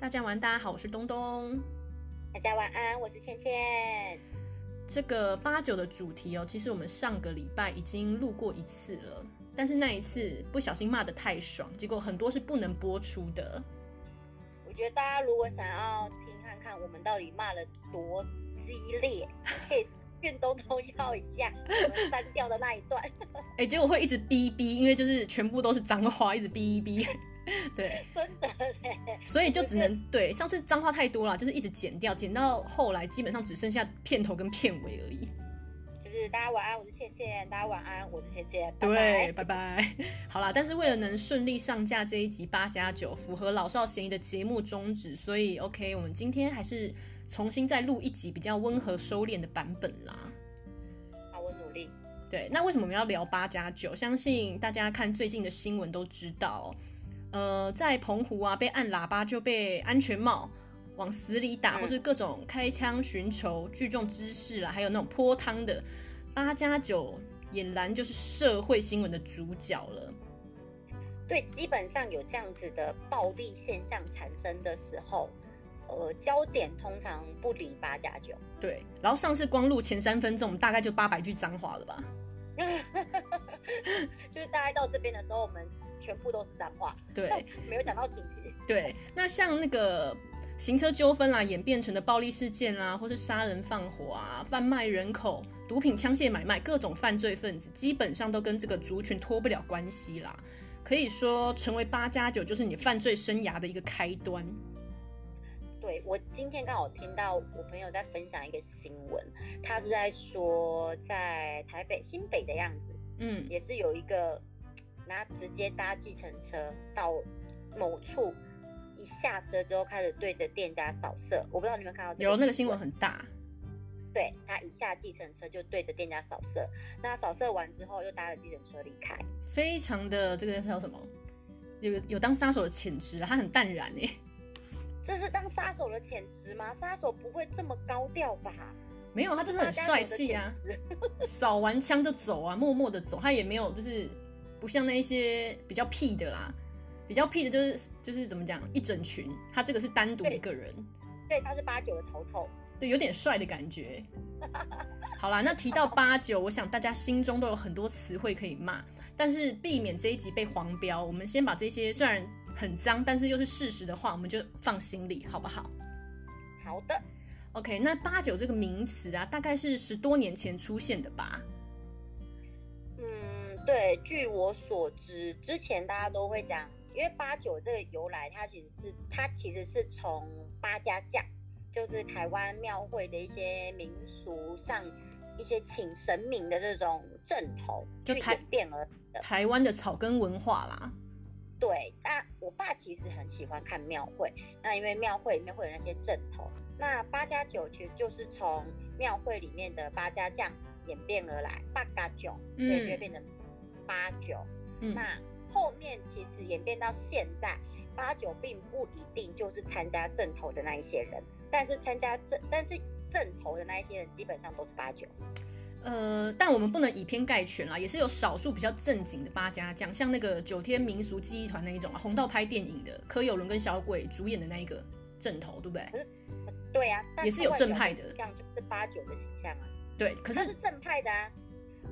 大家晚安，大家好，我是东东。大家晚安，我是倩倩。这个八九的主题哦，其实我们上个礼拜已经录过一次了，但是那一次不小心骂得太爽，结果很多是不能播出的。我觉得大家如果想要听看看我们到底骂了多激烈，可以劝东东要一下我们删掉的那一段。 哎、结果会一直哔哔，因为就是全部都是脏话，一直哔哔。 对，真的嘞，所以就只能对上次脏话太多了，就是一直剪掉，剪到后来基本上只剩下片头跟片尾而已。就是大家晚安，我是倩倩。大家晚安，我是倩倩。拜拜对，拜拜。 好啦，但是为了能顺利上架这一集八加九，符合老少咸宜的节目宗旨，所以 OK，我们今天还是重新再录一集比较温和收敛的版本啦。好，我努力。对，那为什么我们要聊八加九？相信大家看最近的新闻都知道，呃，在澎湖啊，被按喇叭就被安全帽往死里打，嗯或是各种开枪寻仇、聚众滋事啦，还有那种泼汤的八加九，俨然就是社会新闻的主角了。对，基本上有这样子的暴力现象产生的时候，呃，焦点通常不离八加九。对，然后上次光录前三分钟，我们大概就八百句脏话了吧？就是大概到这边的时候，我们全部都是脏话，对 没有讲到主题。对，那像那个行车纠纷啊啦，演变成的暴力事件啦、或是杀人放火啊、贩卖人口、毒品、枪械买卖，各种犯罪分子基本上都跟这个族群脱不了关系啦。可以说，成为八加九就是你犯罪生涯的一个开端。对我今天刚好听到我朋友在分享一个新闻，他是在说在台北新北的样子，嗯，也是有一个拿直接搭计程车到某处，一下车之后开始对着店家扫射。我不知道你们看到这有那个新闻很大，对他一下计程车就对着店家扫射，那扫射完之后又搭了计程车离开。非常的这个叫什么？有有当杀手的潜质啊，他很淡然诶、这是当杀手的潜质吗？杀手不会这么高调吧？没有，他真的很大家帅有的气啊。潜质。 扫完枪就走啊，默默的走，他也没有就是不像那一些比较屁的啦，比较屁的就是就是怎么讲一整群，他这个是单独一个人，对，他是八九的头头。对，有点帅的感 觉。好啦，那提到八九，我想大家心中都有很多词汇可以骂，但是避免这一集被黄标，我们先把这些虽然很脏，但是又是事实的话，我们就放心里，好不好？好的， OK，那八九这个名词啊，大概是十多年前出现的吧？嗯，对，据我所知，之前大家都会讲，因为八九这个由来，它其实是它其实是从八家将，就是台湾庙会的一些民俗上一些请神明的这种阵头就去台演变而的。台湾的草根文化啦，对，那我爸其实很喜欢看庙会，那因为庙会里面会有那些阵头，那八加九其实就是从庙会里面的八家将演变而来，八嘎九，所以就会嗯变成八九。嗯，那后面其实演变到现在，八九并不一定就是参加正头的那一些人，但是参加正但是正头的那一些人基本上都是八九。呃，但我们不能以偏概全啦，也是有少数比较正经的八家将，像那个九天民俗记忆团那一种啊，红到拍电影的柯有伦跟小鬼主演的那一个正头，对不对？嗯对啊，但也是有外正表派的形象就是八九的形象啊，对，可他是是正派的啊。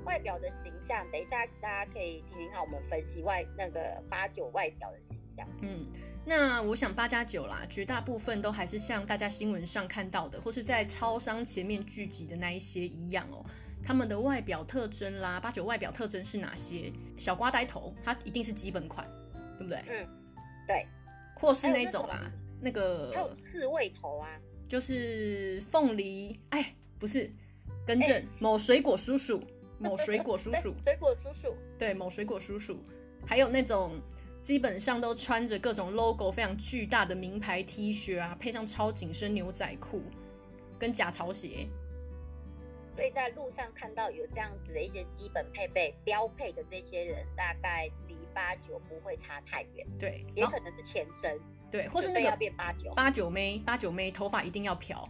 外表的形象，等一下大家可以听听看我们分析外那个八九外表的形象。嗯，那我想八加九啦，绝大部分都还是像大家新闻上看到的，或是在超商前面聚集的那一些一样哦。他们的外表特征啦，八九外表特征是哪些？小瓜呆头，它一定是基本款，对不对？嗯，对，或是还有那那种种啦，那个还有刺猬头啊，就是凤梨，哎，不是，更哎正，某水果叔叔，某水果叔对呃叔， 水果叔叔，对，某水果叔叔，还有那种基本上都穿着各种 logo 非常巨大的名牌 T 恤啊，配上超紧身牛仔裤跟假潮鞋，所以在路上看到有这样子的一些基本配备标配的这些人，大概离八九不会差太远，对，也然后可能是前身，对，哦或是准那备要个变八九。八九妹，八九妹头发一定要漂，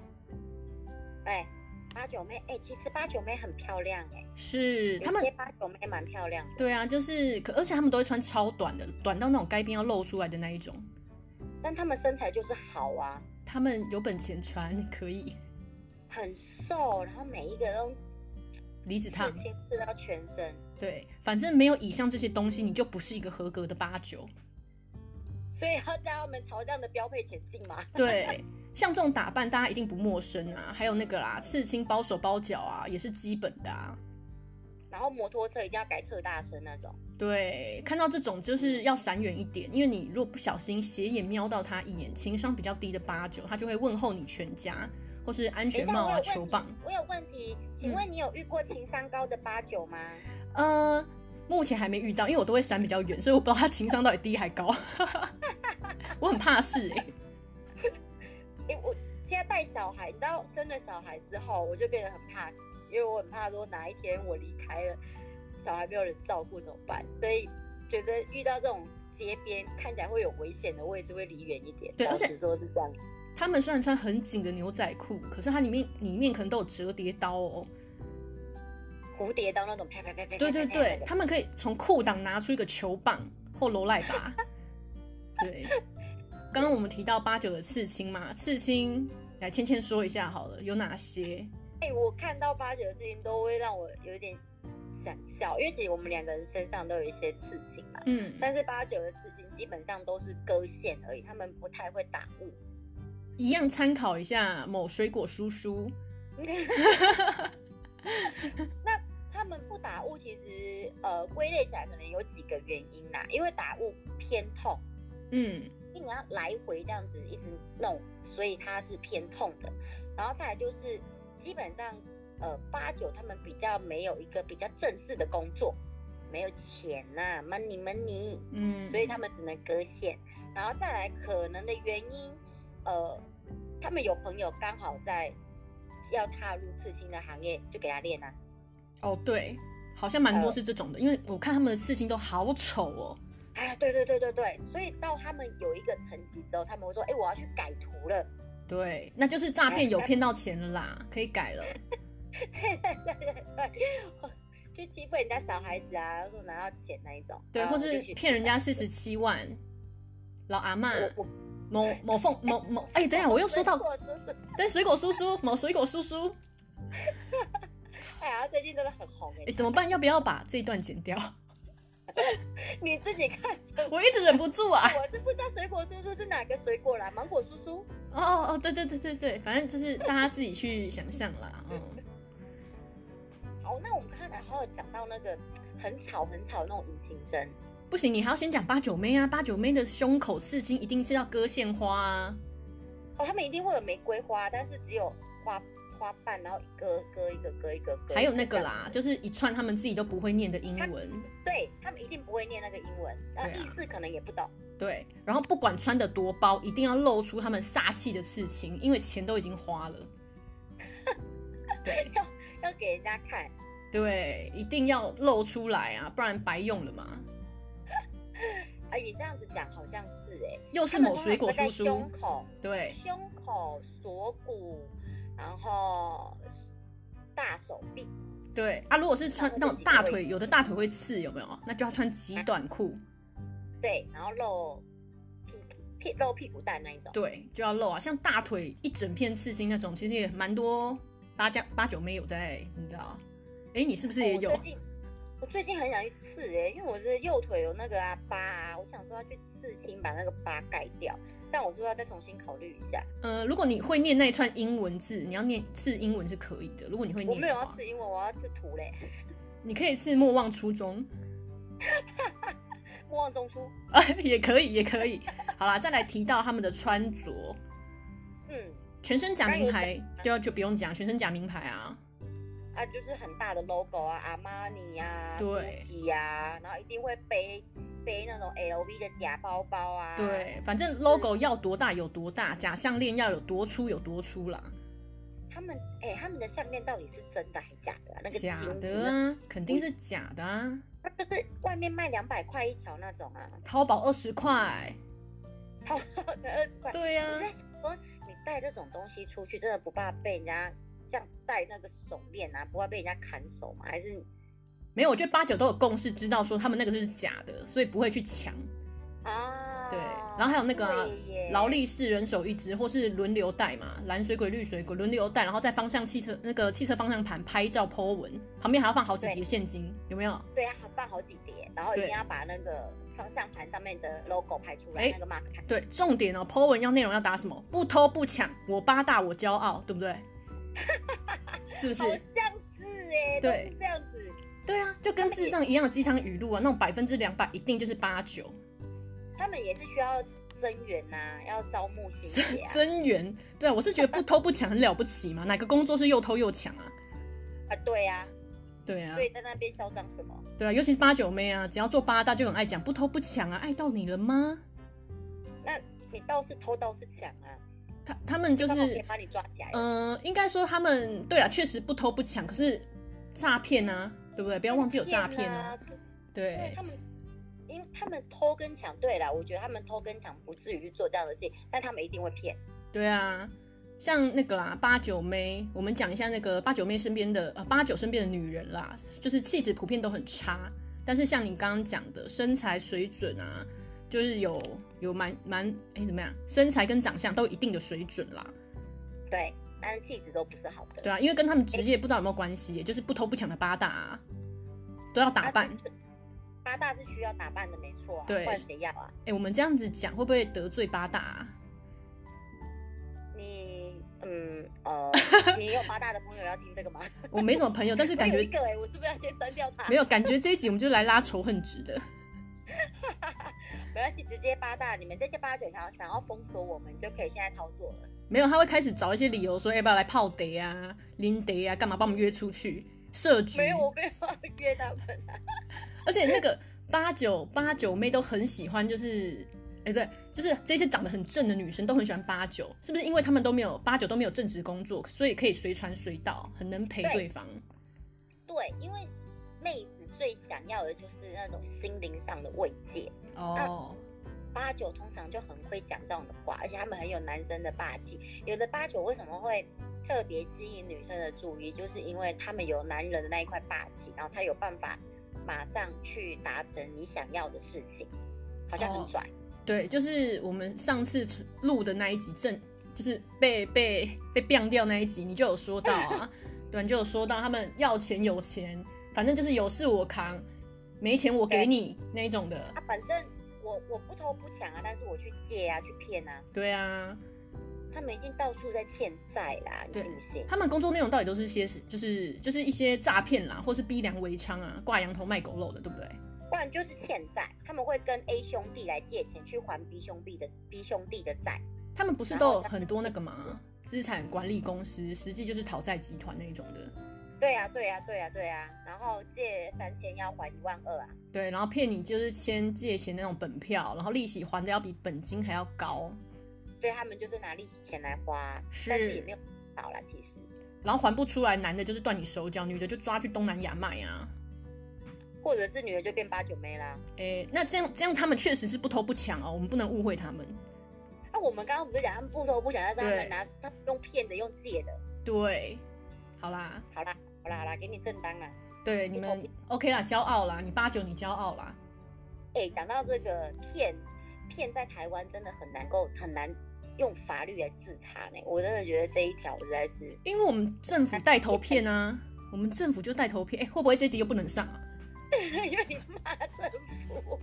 哎，八九妹，哎，其实八九妹很漂亮哎、是有他们些八九妹蛮漂亮的。对啊，就是可而且他们都会穿超短的，短到那种该边要露出来的那一种。但他们身材就是好啊，他们有本钱穿可以很瘦，然后每一个都离子烫刺，青刺到全身，对，反正没有以上这些东西，你就不是一个合格的八九。所以要带他们朝这样的标配前进嘛。对，像这种打扮大家一定不陌生啊，还有那个啦，刺青包手包脚啊，也是基本的啊。 然后摩托车一定要改特大声那种，对，看到这种就是要闪远一点，因为你如果不小心斜眼瞄到他一眼，情商比较低的八九，他就会问候你全家，或是安等全一下，帽我有啊、问题球棒。嗯我有问题，请问你有遇过情商高的八九吗？呃，目前还没遇到，因为我都会闪比较远，所以我不知道他情商到底低还高。 我很怕事哎、哎、我现在带小孩，你知道生了小孩之后，我就变得很怕死，因为我很怕说哪一天我离开了，小孩没有人照顾怎么办？所以觉得遇到这种街边看起来会有危险的，我也是会离远一点。对老而且实说是这样。他们虽然穿很紧的牛仔裤，可是它里面里面可能都有折叠刀哦。蝴蝶刀那种啪啪啪啪啪啪啪对对对，啪啪他们可以从裤裆拿出一个球棒或罗赖 拔。对，刚刚我们提到八九的刺青嘛，刺青来芊芊说一下好了，有哪些？哎、我看到八九的事情都会让我有点想笑，因为其实我们两个人身上都有一些刺青嘛，嗯，但是八九的刺青基本上都是割线而已，他们不太会打雾。 一样参考一下某水果叔叔。那他们不打雾，其实呃归类起来可能有几个原因啦，因为打雾偏痛，嗯，因为你要来回这样子一直弄，所以它是偏痛的。然后再来就是基本上呃八九他们比较没有一个比较正式的工作，没有钱呐、m o n e y money，嗯，所以他们只能割线。然后再来可能的原因，呃，他们有朋友刚好在要踏入刺青的行业，就给他练啊。哦对，好像蛮多呃是这种的，因为我看他们的刺青都好丑哦。啊，对对对对对，所以到他们有一个层级之后，他们会说，哎，我要去改图了。对，那就是诈骗有骗到钱了啦，可以改了。对对对对对， 去欺负人家小孩子啊，说拿到钱那一种。对，啊或我就是去骗人家四十七万，老阿妈我哦我某某凤某某，哎、等一下， 我又说到我说是，对水果叔叔某水果叔叔，哎呀，最近真的很红 哎、哎，怎么办？要不要把这一段剪掉？ 你自己看着。我一直忍不住啊！我是不知道水果叔叔是哪个水果啦，芒果叔叔。哦哦哦，对对对对对，反正就是大家自己去想象啦。嗯，好，那我们刚才还有讲到那个很吵很吵的那种引擎声，不行，你还要先讲八九妹啊！八九妹的胸口刺青一定是要割线花啊。哦，他们一定会有玫瑰花，但是只有花花瓣，然后一个割一个割一个割。还有那这个样啦，就是一串他们自己都不会念的英他文，对他们一定不会念那个英文，那对啊意思可能也不懂。对。然后不管穿的多包，一定要露出他们煞气的刺青，因为钱都已经花 了。对要要给人家看。对，一定要露出来啊，不然白用了嘛。哎，你这样子讲好像是哎、又是某水果叔他们叔通常会在胸，口、对胸口、锁骨，然后大手臂。对啊。如果是穿然后那这种几个大位腿，置有的大腿会刺，有没有？那就要穿极短裤，对，然后露屁股屁露屁股蛋那一种。对，就要露啊。像大腿一整片刺青那种，其实也蛮多八家八九妹有在，你知道？哎，你是不是哦也我有？最近我最近很想去刺哎、因为我的右腿有那个啊疤啊，我想说要去刺青把那个疤盖掉，这样我是不是要再重新考虑一下？呃，如果你会念那一串英文字，你要念刺英文是可以的。如果你会我念没有的要话，刺英文，我要刺图嘞， 你可以刺莫忘初衷，莫忘中出。啊， 也可以，也可以。好啦，再来提到他们的穿着，嗯，全身假刚刚名有牌，对啊，就不用讲，全身假名牌啊，啊，就是很大的 logo 啊，阿玛尼啊，对，Gucci 啊，然后一定会背背那种 LV 的假包包啊，，对，反正 logo 要多大有多大，假项链要有多粗有多粗啦，他们哎、他们的项链到底是真的还假的、啊？那个假金的子，啊，肯定是假的啊，那就是外面卖两百块一条那种啊， 淘宝二十块，套才二十块。对我啊在，想说，你带这种东西出去，真的不怕被人家像戴那个手链啊，不怕被人家砍手吗？还是没有，我觉得八九都有共识，知道说他们那个就是假的，所以不会去抢。啊？对，然后还有那个啊对耶劳力士人手一只，或是轮流带嘛，蓝水鬼、绿水鬼轮流带，然后在方向汽车那个汽车方向盘拍照 po 文，旁边还要放好几对叠现金，有没有？对啊，放好几叠，然后一对定要把那个方向盘上面的 logo 排出来，哎那个 mark 看。对，重点哦，po 文要内容要打什么？不偷不抢，我八大我骄傲，对不 对？是不是好？像是哎、欸，都对是这样子。对啊，就跟智障一样的鸡汤语录啊，那种百分之两百一定就是八九他们也是需要增援呐、要招募新血啊。增援。对啊，我是觉得不偷不抢很了不起 嘛，哪个工作是又偷又抢啊？啊，对呀、对啊，啊所，以在那边嚣张什么？对啊，尤其是八九妹啊，只要做八大就很爱讲不偷不抢啊，爱到你了吗？那你倒是偷倒是抢啊，他他们就刚好可是以，把你抓起来。啊嗯、应该说他们对啊，确实不偷不抢，可是诈骗啊，对不对？不要忘记有诈骗啊哦。！对对他们，因为他们偷跟抢，对啦，我觉得他们偷跟抢不至于去做这样的事情，但他们一定会骗。对啊，像那个啦，八九妹，我们讲一下那个八九妹身边的呃八九身边的女人啦，就是气质普遍都很差，但是像你刚刚讲的身材水准啊，就是有有蛮蛮哎怎么样，身材跟长相都有一定的水准啦。对，但是气质都不是好的。对啊，因为跟他们职业不知道有没有关系，也就是不偷不抢的八大、啊、都要打扮。啊。这八大是需要打扮的，没错啊。对不然谁要啊？哎、我们这样子讲会不会得罪八大、啊？你，嗯， 呃，你有八大的朋友要听这个吗？我没什么朋友，但是感我有觉 一个哎、我是不是要先删掉他？没有感觉这一集我们就来拉仇恨值的。没关系，直接八大，你们这些八九想想要封锁我们，就可以现在操作了。没有，他会开始找一些理由说哎要不要来泡得啊、拎得啊，干嘛把我们约出去设局。没有，我没有要约他们啊。而且那个八九八九妹都很喜欢，就是哎、对，就是这些长得很正的女生都很喜欢八九，是不是因为她们都没有八九都没有正职工作，所以可以随传随到，很能陪对对方。对，因为妹子最想要的就是那种心灵上的慰藉。哦，八九通常就很会讲这种的话，而且他们很有男生的霸气。有的八九为什么会特别吸引女生的注意，就是因为他们有男人的那一块霸气，然后他有办法马上去达成你想要的事情，好像很哦拽。对，就是我们上次录的那一集正，就是被被被变掉那一集，你就有说到啊，对，你就有说到他们要钱有钱，反正就是有事我扛，没钱我给你那一种的。啊，反正我我不偷不抢啊，但是我去借啊，去骗啊，对啊，他们已经到处在欠债啦，你对信不信？他们工作内容到底都是些就是就是一些诈骗啦，或是逼良为娼啊，挂羊头卖狗肉的，对不对？不然就是欠债，他们会跟 A 兄弟来借钱去还 B 兄弟的 B 兄弟的债。他们不是都有很多那个嘛，资产管理公司，实际就是讨债集团那一种的。对啊，对啊，对啊，对啊，然后借三千要还一万二啊，对，然后骗你就是先借钱那种本票，然后利息还的要比本金还要高，所以他们就是拿利息钱来花啊，是但是也没有少啦，其实。然后还不出来，男的就是断你手脚，女的就抓去东南亚卖啊。或者是女的就变八九妹啦。诶，那这样这样他们确实是不偷不抢哦，我们不能误会他们。那、啊我们刚刚不是讲他们不偷不抢，但是他对们拿他们用骗的，用借的。对，好啦，好啦，好啦，好啦，给你正当啊啦。对你们哦 OK 啦，骄傲啦，你八九你骄傲啦，哎、讲到这个骗，骗在台湾真的很难够很难用法律来治它呢。我真的觉得这一条实在是 因为我们政府带头骗啊，我们政府就带头骗，诶，会不会这集又不能上啊？因为你骂政府，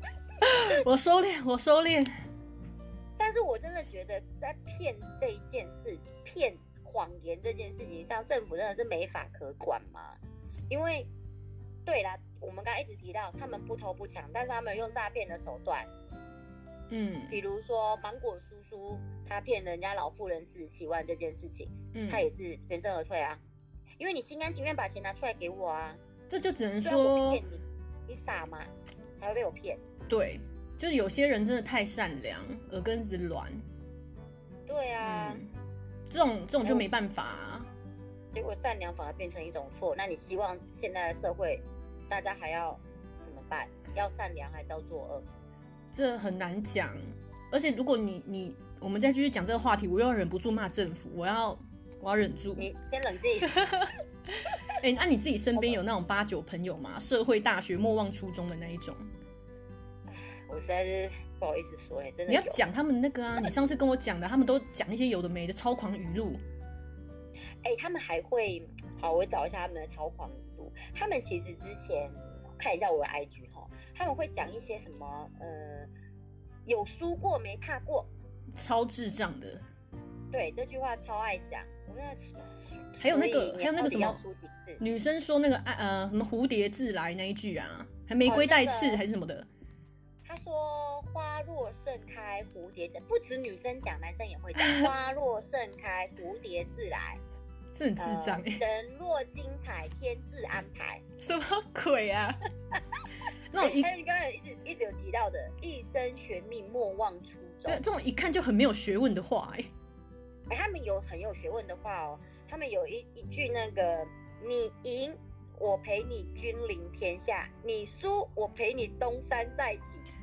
我收敛，我收敛。但是我真的觉得在骗这一件事、骗谎言这件事情上，政府真的是没法可管嘛。因为，对啦，我们刚刚一直提到他们不偷不抢，但是他们用诈骗的手段，嗯比如说芒果叔叔他骗人家老妇人四十七万这件事情，嗯他，也是全身而退啊，因为你心甘情愿把钱拿出来给我啊，这就只能虽然我说骗你，你傻吗？才会被我骗。对，就是有些人真的太善良，耳根子软。对啊，嗯，这种这种哦就没办法、啊。结果善良反而变成一种错。那你希望现在的社会，大家还要怎么办？要善良还是要作恶？这很难讲。而且如果你你我们再继续讲这个话题，我又要忍不住骂政府，我要我要忍住。你先 冷静。哎，那、你自己身边有那种八九朋友吗？社会大学莫忘初衷的那一种？我实在是不好意思说哎、真的你要有。讲他们那个 啊，你上次跟我讲的，他们都讲一些有的没的超狂语录，哎、他们还会，好，我找一下他们的超狂语录。他们其实之前看一下我的 IG 哈，他们会讲一些什么呃，有输过没怕过，超智障的。对这句话超爱讲。我那还有那个所以还有那个到底什么要输几次？女生说那个爱呃什么蝴蝶自来那一句啊，还哦玫瑰带刺还是什么的，他说花若盛开，蝴蝶自不止女生讲，男生也会讲花若盛开，蝴蝶自来。这 很智呃障哎、人若精彩，天自安排。什么鬼啊？ 那种一还有你刚才一直一直有提到的，一生悬命，莫忘初衷对。这种一看就很没有学问的话哎、哎、他们有很有学问的话哦，他们有一一句那个“你赢，我陪你君临天下；你输，我陪你东山再起”，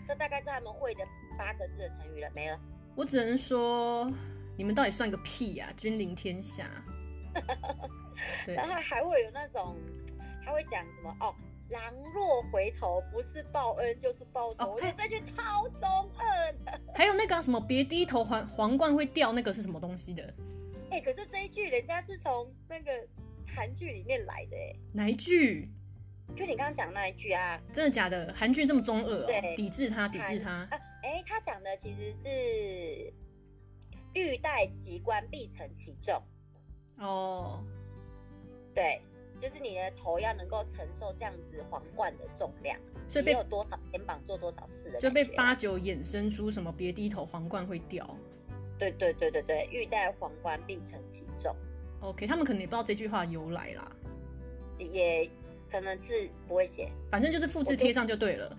这大概是他们会的八个字的成语了，没了。我只能说你们到底算个屁呀、君临天 下。对然，后还会有那种，还会讲什么哦，狼若回头，不是报恩就是报仇。哦我觉得这句超中二的。还有那个啊、什么别低头皇皇冠会掉那个是什么东西的？哎、可是这一句人家是从那个韩剧里面来的，哎，哪一句？就你刚刚讲那一句啊，真的假的？韩剧这么中二哦对，抵制他，抵制他。啊，哎，他讲的其实是欲戴其冠，必承其重。哦，对，就是你的头要能够承受这样子皇冠的重量，所以你被有多少肩膀做多少事的就被感觉啊八。九衍生出什么别低头皇冠会掉。对对对对对，欲戴皇冠，必承其重， OK，他们可能也不知道这句话的由来啦，也可能是不会写反正就是复制贴上就对了。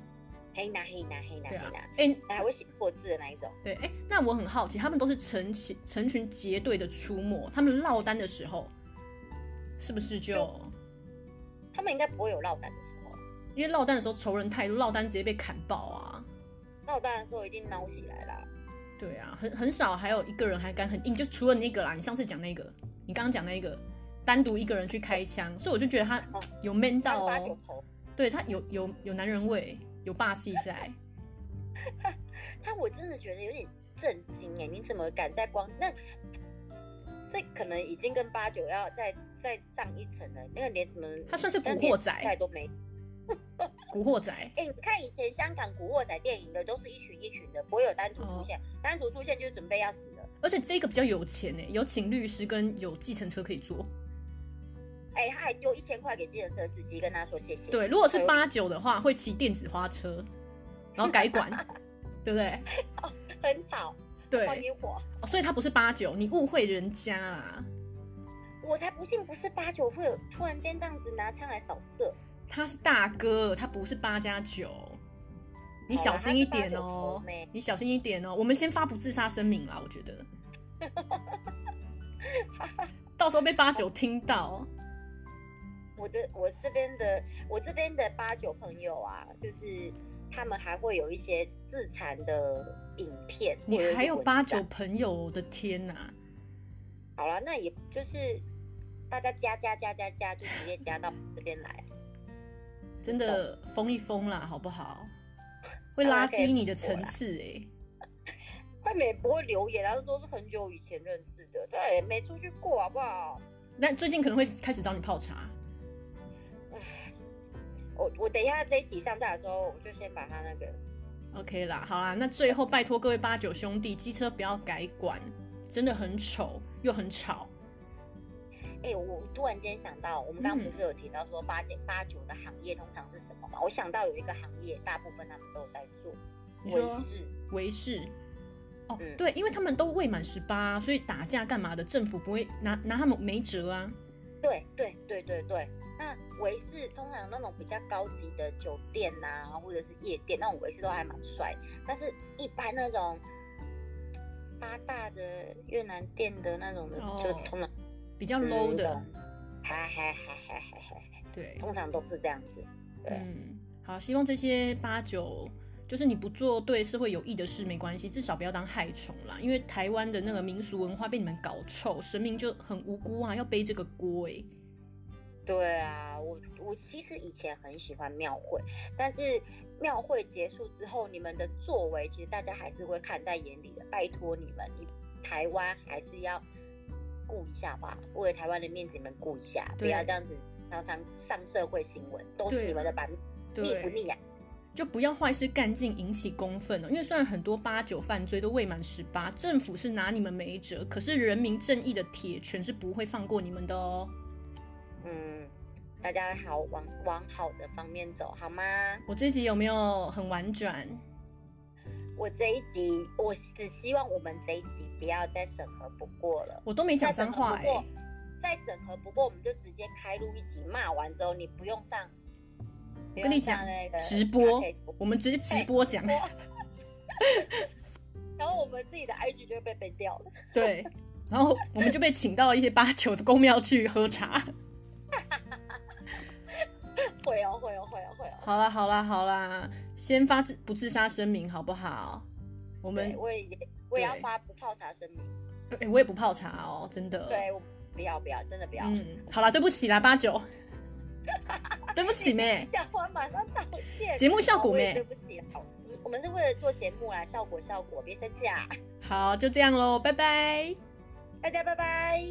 黑拿黑拿黑拿对啊黑拿，，哎、还会写错字的那一种。对，哎、那我很好奇，他们都是成群成群结队的出没，他们落单的时候，是不是就他们应该不会有落单的时候，因为落单的时候仇人太多，落单直接被砍爆啊？那我当然说一定闹起来啦。对啊，很很少还有一个人还敢很硬，就除了那个啦，你上次讲那个，你刚刚讲那个，单独一个人去开枪，所以我就觉得他哦有 man 他到是八九哦，头，对他有有有男人味，有霸气在。但我真的觉得有点震惊哎，你怎么敢在光那？这可能已经跟八九要再再上一层了，那个连什么他算是那古连惑仔带都没。古惑仔，哎、你看以前香港古惑仔电影的都是一群一群的，不会有单独出哦现，单独出现就是准备要死了。而且这个比较有钱呢，欸有请律师跟有计程车可以坐。哎、他还丢一千块给计程车司机，跟他说谢谢。对，如果是八九的话，会骑电子花车，然后改 管，对不对？很吵，外对，面火，哦所以他不是八九，你误会人家啦。我才不信不是八九会有突然间这样子拿枪来扫射。他是大哥，他不是八加九，你好啦小心一点他是八九哦头妹，你小心一点哦。我们先发布自杀声明啦，我觉 得，到时候被八九听到，我的啊我这边的我这边的八九朋友啊，就是他们还会有一些自残的影片。你或者是还有文八章九朋友，我的天哪！好了，那也就是大家加加加加加，就直接加到这边来。真的封一封啦，好不好？会拉低你的层次哎、外面也不会留言啊，然后都是很久以前认识的，对，没出去过好不好？那最近可能会开始找你泡茶，我我等一下这一集上架的时候，我就先把他那个 OK 啦，好啦，那最后拜托各位八九兄弟，机车不要改管，真的很丑又很吵。哎、我突然间想到，我们刚嗯刚不是有提到说八减八九的行业通常是什么嘛？我想到有一个行业，大部分他们都有在做，你卫说视。维氏，哦，嗯对，因为他们都未满十八，所以打架干嘛的，政府不会拿拿他们没辙啊。对对对对对，那维氏通常那种比较高级的酒店呐、或者是夜店，那种维氏都还蛮帅。但是一般那种八大的越南店的那种的，就哦通常比较 low 嗯的，，还还还还还还，对，哦通常都是这样子。对嗯，好，希望这些八九，就是你不做对社会有益的事没关系，至少不要当害虫啦。因为台湾的那个民俗文化被你们搞臭，神明就很无辜啊，要背这个锅哎、对啊，我我其实以前很喜欢庙会，但是庙会结束之后，你们的作为其实大家还是会看在眼里的。拜托你们，你台湾还是要顾一下吧，为了台湾的面子，你们顾一下，不对要这样子常常上社会新闻，都是对你们的版，腻不对，腻啊？就不要坏事干尽，引起公愤哦了、因为虽然很多八九犯罪都未满十八，政府是拿你们没辙，可是人民正义的铁拳是不会放过你们的哦。嗯，大家好，往往好的方面走，好吗？我这集有没有很婉转？我这一集，我只希望我们这一集不要再审核不过了。我都没讲再脏审话核哎、不过，再审核不过，我们就直接开录一集骂完之后，你不用上，不跟你用上讲那个哎直播 podcast，我们直接直播讲。 然后我们自己的 IG 就会被背掉了。对，然后我们就被请到一些八九的公庙去喝茶。会哦，会哦，会哦，会哦。好啦，好啦，好啦，先发自不自杀声明好不好？我我们我也我也要对发不泡茶声明，哎、我也不泡茶哦，真的。对，我不要不要，真的不要。嗯，好啦，对不起啦，八九， 对不起妹。讲完马上道歉。节目效果我没也对不起啦，好我们是为了做节目啦，效果效果，别生气啊！好，就这样喽，拜拜。大家拜拜。